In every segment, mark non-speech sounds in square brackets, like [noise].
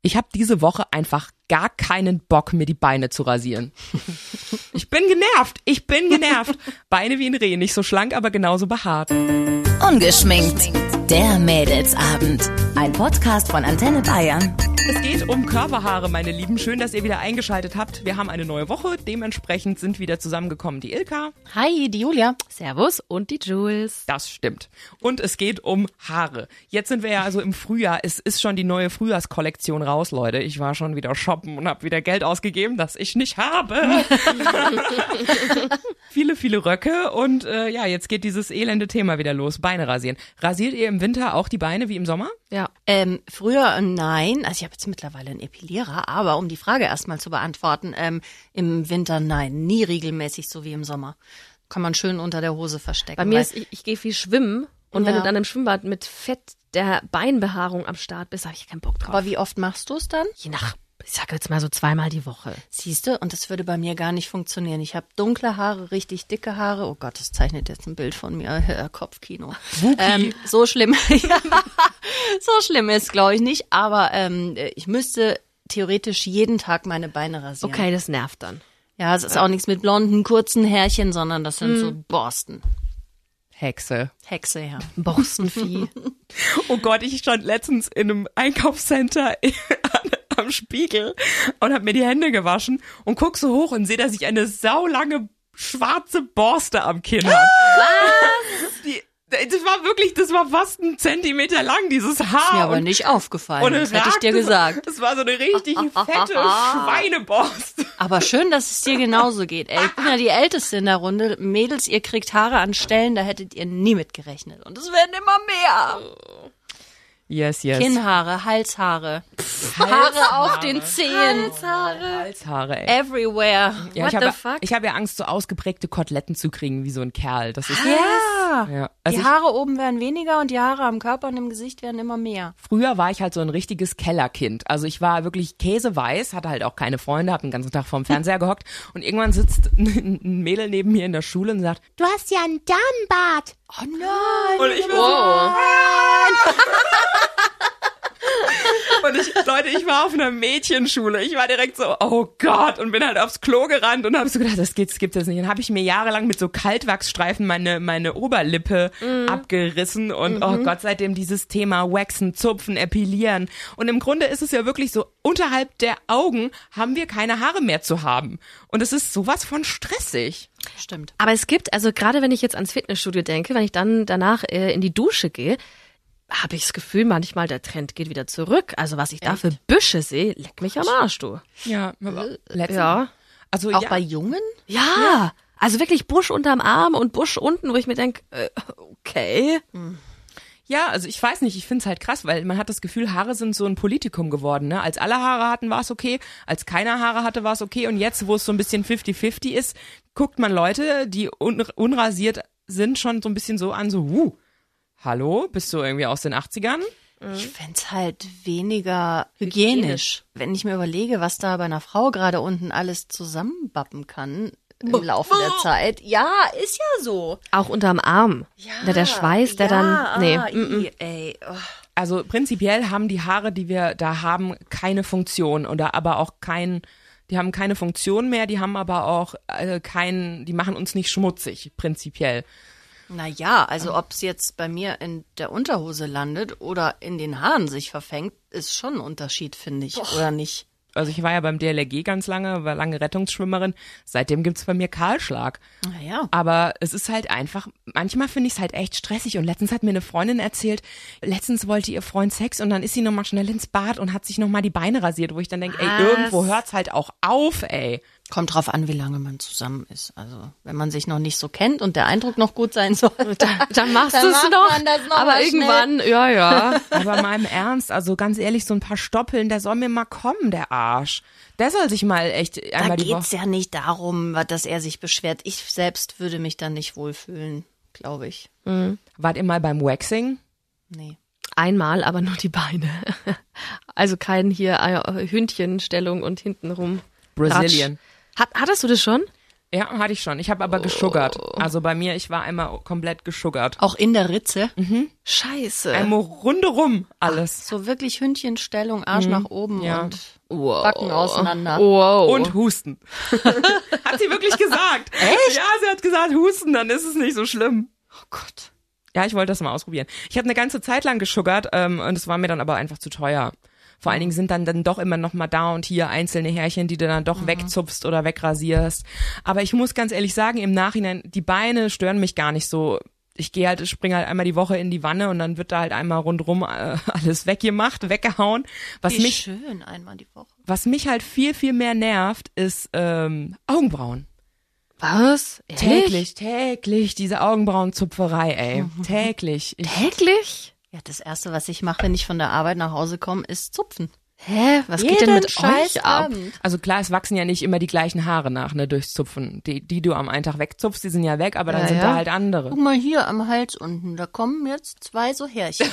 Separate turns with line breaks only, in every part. Ich habe diese Woche einfach gar keinen Bock, mir die Beine zu rasieren. Ich bin genervt. Ich bin genervt. Beine wie ein Reh, nicht so schlank, aber genauso behaart.
Ungeschminkt. Der Mädelsabend. Ein Podcast von Antenne Bayern.
Es geht um Körperhaare, meine Lieben. Schön, dass ihr wieder eingeschaltet habt. Wir haben eine neue Woche. Dementsprechend sind wieder zusammengekommen die Ilka.
Hi, die Julia. Servus und die Jules.
Das stimmt. Und es geht um Haare. Jetzt sind wir ja also im Frühjahr. Es ist schon die neue Frühjahrskollektion raus, Leute. Ich war schon wieder shoppen und habe wieder Geld ausgegeben, das ich nicht
[laughs]
habe. viele, viele Röcke. Und äh, ja, jetzt geht dieses elende Thema wieder los. Beine rasieren. Rasiert ihr im Winter auch die Beine wie im Sommer?
Ja. Ähm, früher äh, nein, also ich habe jetzt mittlerweile einen Epilierer, aber um die Frage erstmal zu beantworten, ähm, im Winter nein, nie regelmäßig so wie im Sommer. Kann man schön unter der Hose verstecken.
Bei mir
weil-
ist, ich, ich gehe viel schwimmen und wenn
Ja.
du dann im Schwimmbad mit Fett der Beinbehaarung am Start bist, habe ich keinen Bock drauf.
aber wie oft machst du es dann?
je nach, ich sage jetzt mal so zweimal die Woche.
Siehst du, und das würde bei mir gar nicht funktionieren. Ich habe dunkle Haare, richtig dicke Haare. Oh Gott, das zeichnet jetzt ein Bild von mir. [laughs] Äh, Kopfkino. Ähm, so schlimm. [laughs] ja, so schlimm ist, glaube ich, nicht. Aber ähm, ich müsste theoretisch jeden Tag meine Beine rasieren.
Okay, das nervt dann.
Ja, es ist auch nichts mit blonden, kurzen Härchen, sondern das
Hm.
sind so Borsten.
Hexe.
Hexe, ja. [laughs]
Borstenvieh.
Oh Gott, ich stand letztens in einem Einkaufscenter [laughs] am Spiegel und habe mir die Hände gewaschen und guck so hoch und sehe, dass ich eine saulange schwarze Borste am Kinn habe. Die- Das war wirklich, das war fast ein Zentimeter lang, dieses Haar.
Mir aber
und-
nicht aufgefallen. Das hätte ich dir
ragte so-
gesagt.
Das war so eine richtig fette Schweineborste.
Aber schön, dass es dir genauso geht. Ey, ich bin ja die Älteste in der Runde. Mädels, ihr kriegt Haare an Stellen, da hättet ihr nie mit gerechnet. Und es werden immer mehr.
Yes, yes.
Kinnhaare, Halshaare, Haare auf den Zehen,
Halshaare, ey.
Äh, everywhere.
Ja,
What
ich habe,
the fuck?
Ich habe ja Angst, so ausgeprägte Koteletten zu kriegen, wie so ein Kerl. Das ist,
Ja.
ja. Also
die Haare oben werden weniger und die Haare am Körper und im Gesicht werden immer mehr.
Früher war ich halt so ein richtiges Kellerkind. Also ich war wirklich käseweiß, hatte halt auch keine Freunde, hab den ganzen Tag vorm Fernseher gehockt und irgendwann sitzt [laughs] ein ein Mädel neben mir in der Schule und sagt, du hast ja einen Darmbart.
Oh nein.
Und ich war so, und ich, Leute, ich war auf einer Mädchenschule. Ich war direkt so, oh Gott, und bin halt aufs Klo gerannt und habe so gedacht, das geht's, gibt's jetzt nicht. Dann habe ich mir jahrelang mit so Kaltwachsstreifen meine meine Oberlippe abgerissen und oh Gott, seitdem dieses Thema Waxen, Zupfen, Epilieren. Und im Grunde ist es ja wirklich so, unterhalb der Augen haben wir keine Haare mehr zu haben. Und es ist sowas von stressig.
Stimmt.
Aber es gibt, also gerade wenn ich jetzt ans Fitnessstudio denke, wenn ich dann danach äh, in die Dusche gehe, habe ich das Gefühl, manchmal der Trend geht wieder zurück. Also was ich da für Büsche sehe, leck mich am Arsch, du.
Ja,
Ja.
Also
Auch
ja.
bei Jungen?
Ja, also wirklich Busch unterm Arm und Busch unten, wo ich mir denke, äh, okay.
Ja, also ich weiß nicht, ich find's halt krass, weil man hat das Gefühl, Haare sind so ein Politikum geworden. Ne? Als alle Haare hatten, war's okay, als keiner Haare hatte, war's okay und jetzt, wo es so ein bisschen 50-50 ist, guckt man Leute, die un unrasiert sind, schon so ein bisschen so an, so, uh, hallo, bist du irgendwie aus den 80ern?
Hm?
Ich fänd's halt weniger hygienisch. Wenn ich mir überlege, was da bei einer Frau gerade unten alles zusammenbappen kann im Laufe der Zeit. Ja, ist ja so.
Auch unterm Arm. Ja. Der, der Schweiß, der dann, nee.
ah,
mm, mm.
i, ey, oh.
Also prinzipiell haben die Haare, die wir da haben, keine Funktion oder aber auch kein, die haben keine Funktion mehr, die haben aber auch äh, keinen, die machen uns nicht schmutzig, prinzipiell.
Naja, also ob's jetzt bei mir in der Unterhose landet oder in den Haaren sich verfängt, ist schon ein Unterschied, finde ich, oder nicht?
Also ich war ja beim DLRG ganz lange, war lange Rettungsschwimmerin. Seitdem gibt's bei mir Kahlschlag.
Naja.
Aber es ist halt einfach, manchmal finde ich es halt echt stressig. Und letztens hat mir eine Freundin erzählt, letztens wollte ihr Freund Sex und dann ist sie nochmal schnell ins Bad und hat sich nochmal die Beine rasiert, wo ich dann denke, ey,
Was?
irgendwo hört's halt auch auf, ey.
Kommt drauf an, wie lange man zusammen ist. Also, wenn man sich noch nicht so kennt und der Eindruck noch gut sein soll, [laughs] dann,
[laughs] Dann machst du es
macht
noch,
man das noch
aber
mal schnell.
irgendwann, ja, ja. [laughs]
Aber
[laughs]
mal im Ernst, also ganz ehrlich, so ein paar Stoppeln, der soll mir mal kommen, der Arsch. Der soll sich mal echt
Da
einmal die
geht's
Woche.
ja nicht darum, wa- dass er sich beschwert. Ich selbst würde mich dann nicht wohlfühlen, glaube ich.
Wart ihr mal beim Waxing?
Nee.
Einmal, aber nur die Beine. [laughs] Also kein hier äh, Hündchenstellung und hintenrum.
Brazilian.
Ratsch. Hat, hattest du das schon?
Ja, hatte ich schon. Ich habe
Oh.
aber geschuggert. Also bei mir, ich war einmal komplett geschuggert.
Auch in der Ritze.
Scheiße.
Einmal rundherum alles.
Mhm. So wirklich Hündchenstellung, Arsch nach oben
Mhm. Ja. Oh.
und
wow.
Backen auseinander.
Oh. Wow.
Und Husten. [laughs] hat sie wirklich gesagt. Echt? Ja, sie hat gesagt, Husten, dann ist es nicht so schlimm.
Oh Gott.
Ja, ich wollte das mal ausprobieren. Ich habe eine ganze Zeit lang geschuggert ähm, und es war mir dann aber einfach zu teuer. Vor allen Dingen sind dann, dann doch immer noch mal da und hier einzelne Härchen, die du dann doch wegzupfst oder wegrasierst. Aber ich muss ganz ehrlich sagen, im Nachhinein, die Beine stören mich gar nicht so. Ich gehe halt, springe halt einmal die Woche in die Wanne und dann wird da halt einmal rundrum äh, [laughs] alles weggemacht, weggehauen. Was
Wie
mich
schön einmal die Woche.
was mich halt viel, viel mehr nervt, ist ähm, Augenbrauen.
Was? Ehrlich?
Täglich, täglich diese Augenbrauenzupferei, ey. Täglich. Ich,
Täglich?
Ja, das erste, was ich mache, wenn ich von der Arbeit nach Hause komme, ist zupfen.
Hä? Was geht denn
Jeden
mit
scheiß
euch ab?
Abend.
also klar, es wachsen ja nicht immer die gleichen Haare nach, ne, durchs Zupfen. Die, die du am einen Tag wegzupfst, die sind ja weg, aber dann
Ja,
sind
ja.
da halt andere.
Guck mal hier am Hals unten, da kommen jetzt zwei
[laughs]
so Härchen.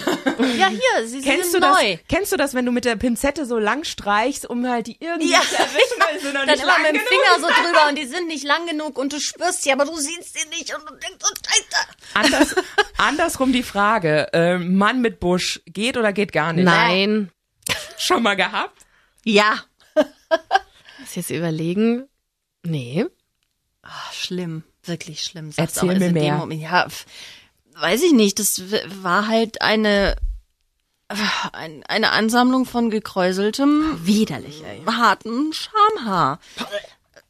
ja, hier, sie
Kennst du
sind
das?
neu.
Kennst du das, wenn du mit der Pinzette so lang streichst, um halt die irgendwie
Ja.
zu erwischen, weil sie noch
Dann
nicht
immer
lang
mit dem
genug
Finger so drüber und die sind nicht lang genug und du spürst sie, aber du siehst sie nicht und du denkst, oh Scheiße.
Anders, andersrum die Frage, äh, Mann mit Busch, geht oder geht gar nicht?
Nein.
Schon mal gehabt?
Ja.
Muss jetzt überlegen. Nee.
Ach, schlimm, wirklich schlimm. Sag's,
Erzähl
aber
mir
in
mehr.
Dem Moment, ja, f- weiß ich nicht, das w- war halt eine ein, eine Ansammlung von gekräuseltem,
Widerlich, ey.
harten Schamhaar.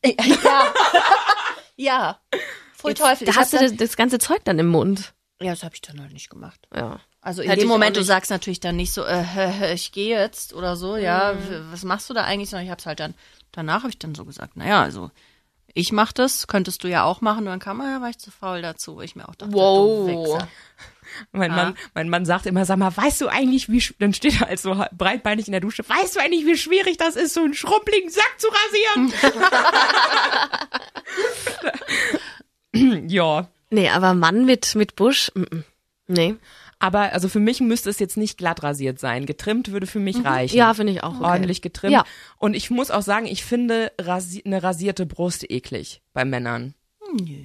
Ja. [laughs] ja. Voll Teufel.
Da
ich
hast du
hab
das, das ganze Zeug dann im Mund.
Ja, das habe ich dann halt nicht gemacht.
Ja.
Also in
Hätte
dem
ich auch
Moment, du
nicht.
sagst natürlich dann nicht so, äh, ich gehe jetzt oder so, ja, w- was machst du da eigentlich? Sondern ich hab's halt dann, danach habe ich dann so gesagt, naja, also ich mach das, könntest du ja auch machen. Und dann kam, ah, war ich zu faul dazu, wo ich mir auch dachte,
Wow.
du Wichser.
Mein, Mann, mein Mann sagt immer, sag mal, weißt du eigentlich, wie, sch- dann steht er halt so ha- breitbeinig in der Dusche, weißt du eigentlich, wie schwierig das ist, so einen schrumpeligen Sack zu rasieren? [laughs] ja.
Nee, aber Mann mit, mit Busch? Mm -mm. Nee.
Aber also für mich müsste es jetzt nicht glatt rasiert sein. Getrimmt würde für mich reichen.
Mhm. Ja, finde ich auch. Okay.
Ordentlich getrimmt.
Ja.
Und ich muss auch sagen, ich finde rasi eine rasierte Brust eklig bei Männern.
Hm,
Nö.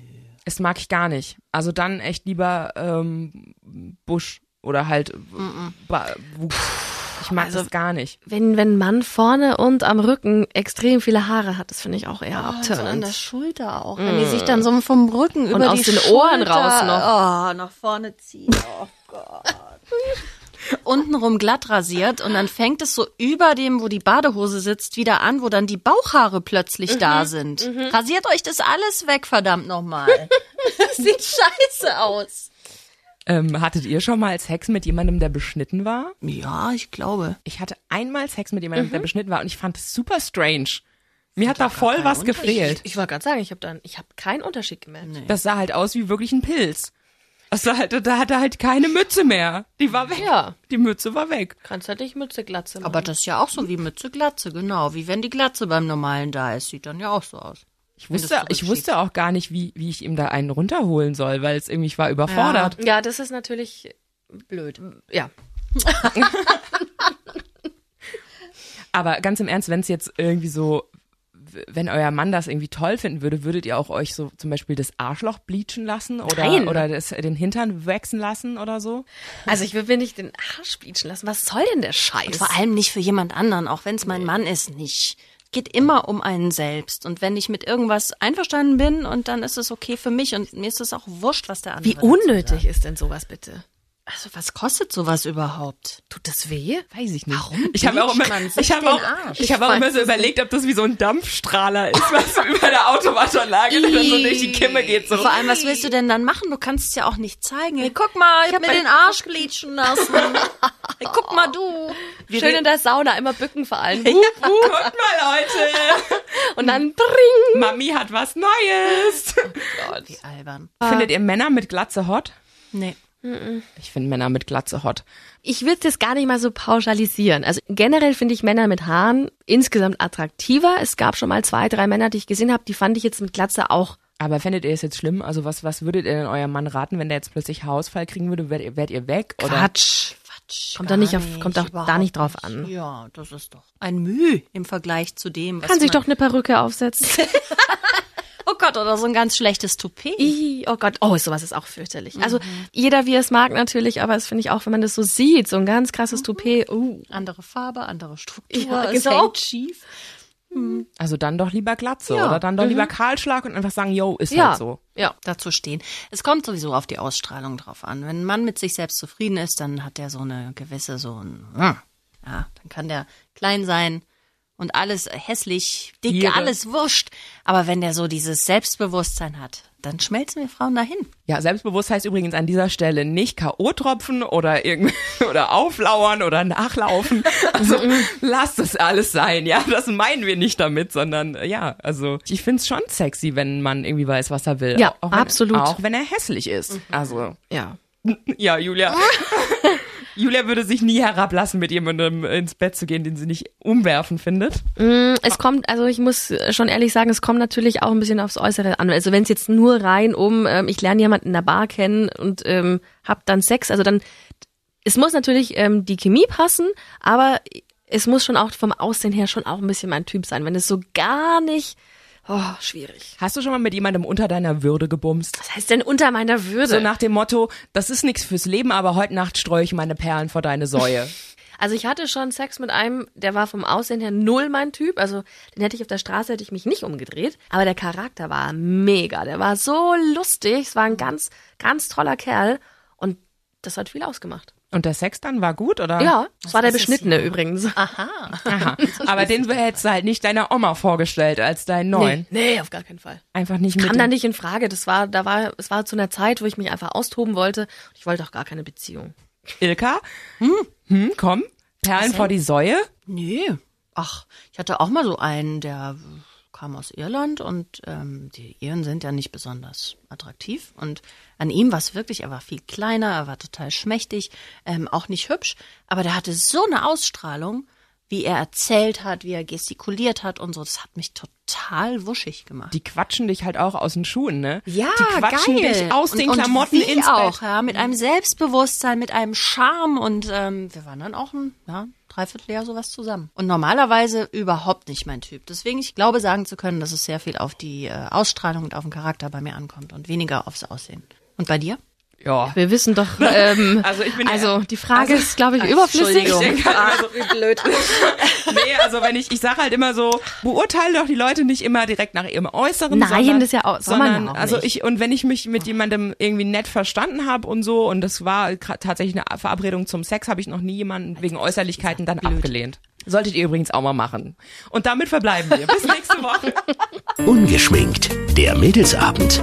Es mag ich gar nicht. Also dann echt lieber ähm, Busch oder halt Ba- Wuchs. Ich mag
Also
das gar nicht.
Wenn, wenn ein Mann vorne und am Rücken extrem viele Haare hat, das finde ich auch eher
Und so an der
abtönend.
Schulter auch, wenn die sich dann so vom Rücken über
Mm. aus
die
den
Schulter,
Ohren raus noch.
Oh, nach vorne ziehen. Oh Gott. [laughs] Untenrum glatt rasiert und dann fängt es so über dem, wo die Badehose sitzt, wieder an, wo dann die Bauchhaare
Mhm,
plötzlich da sind. Rasiert euch das alles weg,
[laughs]
verdammt nochmal. das sieht scheiße aus.
Ähm, hattet ihr schon mal Sex mit jemandem, der beschnitten war?
Ja, ich glaube.
Ich hatte einmal Sex mit jemandem, der
Mhm.
beschnitten war und ich fand es super strange. Mir hat da voll was gefehlt.
Ich wollte gerade sagen, ich habe dann, ich habe keinen Unterschied gemerkt.
Das sah halt aus wie wirklich ein Pilz. Das sah halt, da hatte halt keine Mütze mehr. Die war weg.
Ja.
Die Mütze war weg.
Kannst halt nicht Mütze glatt machen.
Aber das ist ja auch so wie Mütze Glatze, genau. Wie wenn die Glatze beim Normalen da ist, sieht dann ja auch so aus.
Ich wusste, ich wusste auch gar nicht, wie, wie ich ihm da einen runterholen soll, weil es irgendwie, ich war überfordert.
ja, das ist natürlich blöd. Ja.
Aber ganz im Ernst, wenn es jetzt irgendwie so, w- wenn euer Mann das irgendwie toll finden würde, würdet ihr auch euch so zum Beispiel das Arschloch bleachen lassen oder,
Nein.
oder das, den Hintern wachsen lassen oder so?
Also ich will mir nicht den Arsch bleachen lassen. Was soll denn der Scheiß?
Vor allem nicht für jemand anderen, auch wenn es mein Mann ist, nicht. Es geht immer um einen selbst. Und wenn ich mit irgendwas einverstanden bin und dann ist es okay für mich und mir ist es auch wurscht, was der andere
Wie unnötig ist denn sowas bitte?
Also was kostet sowas überhaupt?
Tut das weh?
Weiß ich nicht. Warum? Ich habe auch immer,
bleicht man sich
ich habe
den
auch,
Arsch?
ich habe auch immer so überlegt, ob das wie so ein Dampfstrahler ist, was so über der Autowaschanlage dann so durch die Kimme geht so.
Vor allem, was willst du denn dann machen? Du kannst es ja auch nicht zeigen. Hey, guck mal, ich hab mir den Arsch glitschen lassen. hey, guck mal du.
Schön in der Sauna, immer bücken vor allem.
Uh, guck mal Leute,
Und dann bring.
Mami hat was Neues.
Wie albern.
Findet ihr Männer mit Glatze hot?
Nee.
Ich finde Männer mit Glatze hot.
Ich will das gar nicht mal so pauschalisieren. Also generell finde ich Männer mit Haaren insgesamt attraktiver. Es gab schon mal zwei, drei Männer, die ich gesehen habe, die fand ich jetzt mit Glatze auch.
Aber fändet ihr es jetzt schlimm? Also was, was würdet ihr denn eurem Mann raten, wenn der jetzt plötzlich Haarausfall kriegen würde? Wärt ihr, wärt ihr weg? Oder?
Quatsch.
Quatsch.
Kommt
gar
doch nicht auf- kommt doch da
überhaupt
nicht drauf an.
Ja, das ist doch ein Müh im Vergleich zu dem, was
Kann sich
man- [laughs]
doch eine Perücke aufsetzen.
Oh Gott, oder so ein ganz schlechtes Toupet.
Ih, oh Gott, oh, sowas ist auch fürchterlich.
Mhm.
Also jeder, wie er es mag natürlich, aber es finde ich auch, wenn man das so sieht, so ein ganz
Mhm.
krasses Toupet, uh.
Andere Farbe, andere Struktur,
Ja,
es
genau.
hängt schief.
Also dann doch lieber Glatze oder dann doch lieber Kahlschlag und einfach sagen, yo, ist
Ja,
halt so.
ja.
Genau, dazu stehen. Es kommt sowieso auf die Ausstrahlung drauf an. Wenn ein Mann mit sich selbst zufrieden ist, dann hat er so eine gewisse, so ein, hm. ja, dann kann der klein sein und alles hässlich, dick,
Tiere.
alles wurscht. Aber wenn der so dieses Selbstbewusstsein hat, dann schmelzen wir Frauen dahin.
Ja, selbstbewusst heißt übrigens an dieser Stelle nicht K.O. tropfen oder irgendwie [laughs] oder auflauern oder nachlaufen. Also
[laughs]
lasst das alles sein, ja. Das meinen wir nicht damit, sondern äh, ja, also ich find's schon sexy, wenn man irgendwie weiß, was er will.
Ja,
auch wenn,
absolut. Mhm.
Auch wenn er hässlich ist. Also. [laughs]
Ja.
Ja,
[laughs]
Julia. Julia würde sich nie herablassen, mit jemandem ins Bett zu gehen, den sie nicht umwerfen findet.
Es kommt, also ich muss schon ehrlich sagen, es kommt natürlich auch ein bisschen aufs Äußere an. Also wenn es jetzt nur rein um, ähm, ich lerne jemanden in der Bar kennen und ähm, hab dann Sex, also dann, es muss natürlich ähm, die Chemie passen, aber es muss schon auch vom Aussehen her schon auch ein bisschen mein Typ sein. Wenn es so gar nicht, oh, schwierig.
Hast du schon mal mit jemandem unter deiner Würde gebumst?
Was heißt denn unter meiner Würde?
So nach dem Motto, das ist nichts fürs Leben, aber heute Nacht streue ich meine Perlen vor deine Säue.
Also ich hatte schon Sex mit einem, der war vom Aussehen her null mein Typ. Also den hätte ich auf der Straße, hätte ich mich nicht umgedreht. Aber der Charakter war mega. Der war so lustig. Es war ein ganz, ganz toller Kerl. Und das hat viel ausgemacht.
Und der Sex dann war gut, oder?
Ja, es war der
ist es
Beschnittene übrigens.
Aha. Aber den hättest du halt nicht deiner Oma vorgestellt als deinen neuen.
nee, nee, auf gar keinen Fall.
Einfach nicht mit.
Kam da
dem-
nicht in Frage. Das war, da war, es war zu einer Zeit, wo ich mich einfach austoben wollte. Ich wollte auch gar keine Beziehung.
Ilka? Hm? Hm, komm. Perlen vor die Säue?
Nee. Ach, ich hatte auch mal so einen, der kam aus Irland und ähm, die Iren sind ja nicht besonders attraktiv. Und an ihm war es wirklich, er war viel kleiner, er war total schmächtig, ähm, auch nicht hübsch, aber der hatte so eine Ausstrahlung, wie er erzählt hat, wie er gestikuliert hat und so. Das hat mich total wuschig gemacht.
Die quatschen dich halt auch aus den Schuhen, ne?
ja,
Die quatschen
geil.
dich aus den
und,
Klamotten
und wie
ins
auch,
Bett.
ja, mit einem Selbstbewusstsein, mit einem Charme und ähm, wir waren dann auch ein ja, Dreivierteljahr sowas zusammen. Und normalerweise überhaupt nicht mein Typ. Deswegen, ich glaube, sagen zu können, dass es sehr viel auf die äh, Ausstrahlung und auf den Charakter bei mir ankommt und weniger aufs Aussehen. Und bei dir?
Ja.
Wir wissen doch, [laughs] ähm,
Also ich bin ja-
also die Frage
also-
ist, glaube ich, überflüssig.
Ich denke,
Ah,
[laughs] also,
Wie blöd.
nee, also wenn ich, ich sage halt immer so, beurteile doch die Leute nicht immer direkt nach ihrem Äußeren.
Nein,
sondern,
das ist ja auch- soll man ja
sondern,
auch
also
nicht.
ich, und wenn ich mich mit jemandem irgendwie nett verstanden habe und so, und das war gra- tatsächlich eine Verabredung zum Sex, habe ich noch nie jemanden wegen Äußerlichkeiten dann abgelehnt. Solltet ihr übrigens auch mal machen. Und damit verbleiben wir.
[laughs]
Bis nächste Woche.
Ungeschminkt. Der Mädelsabend.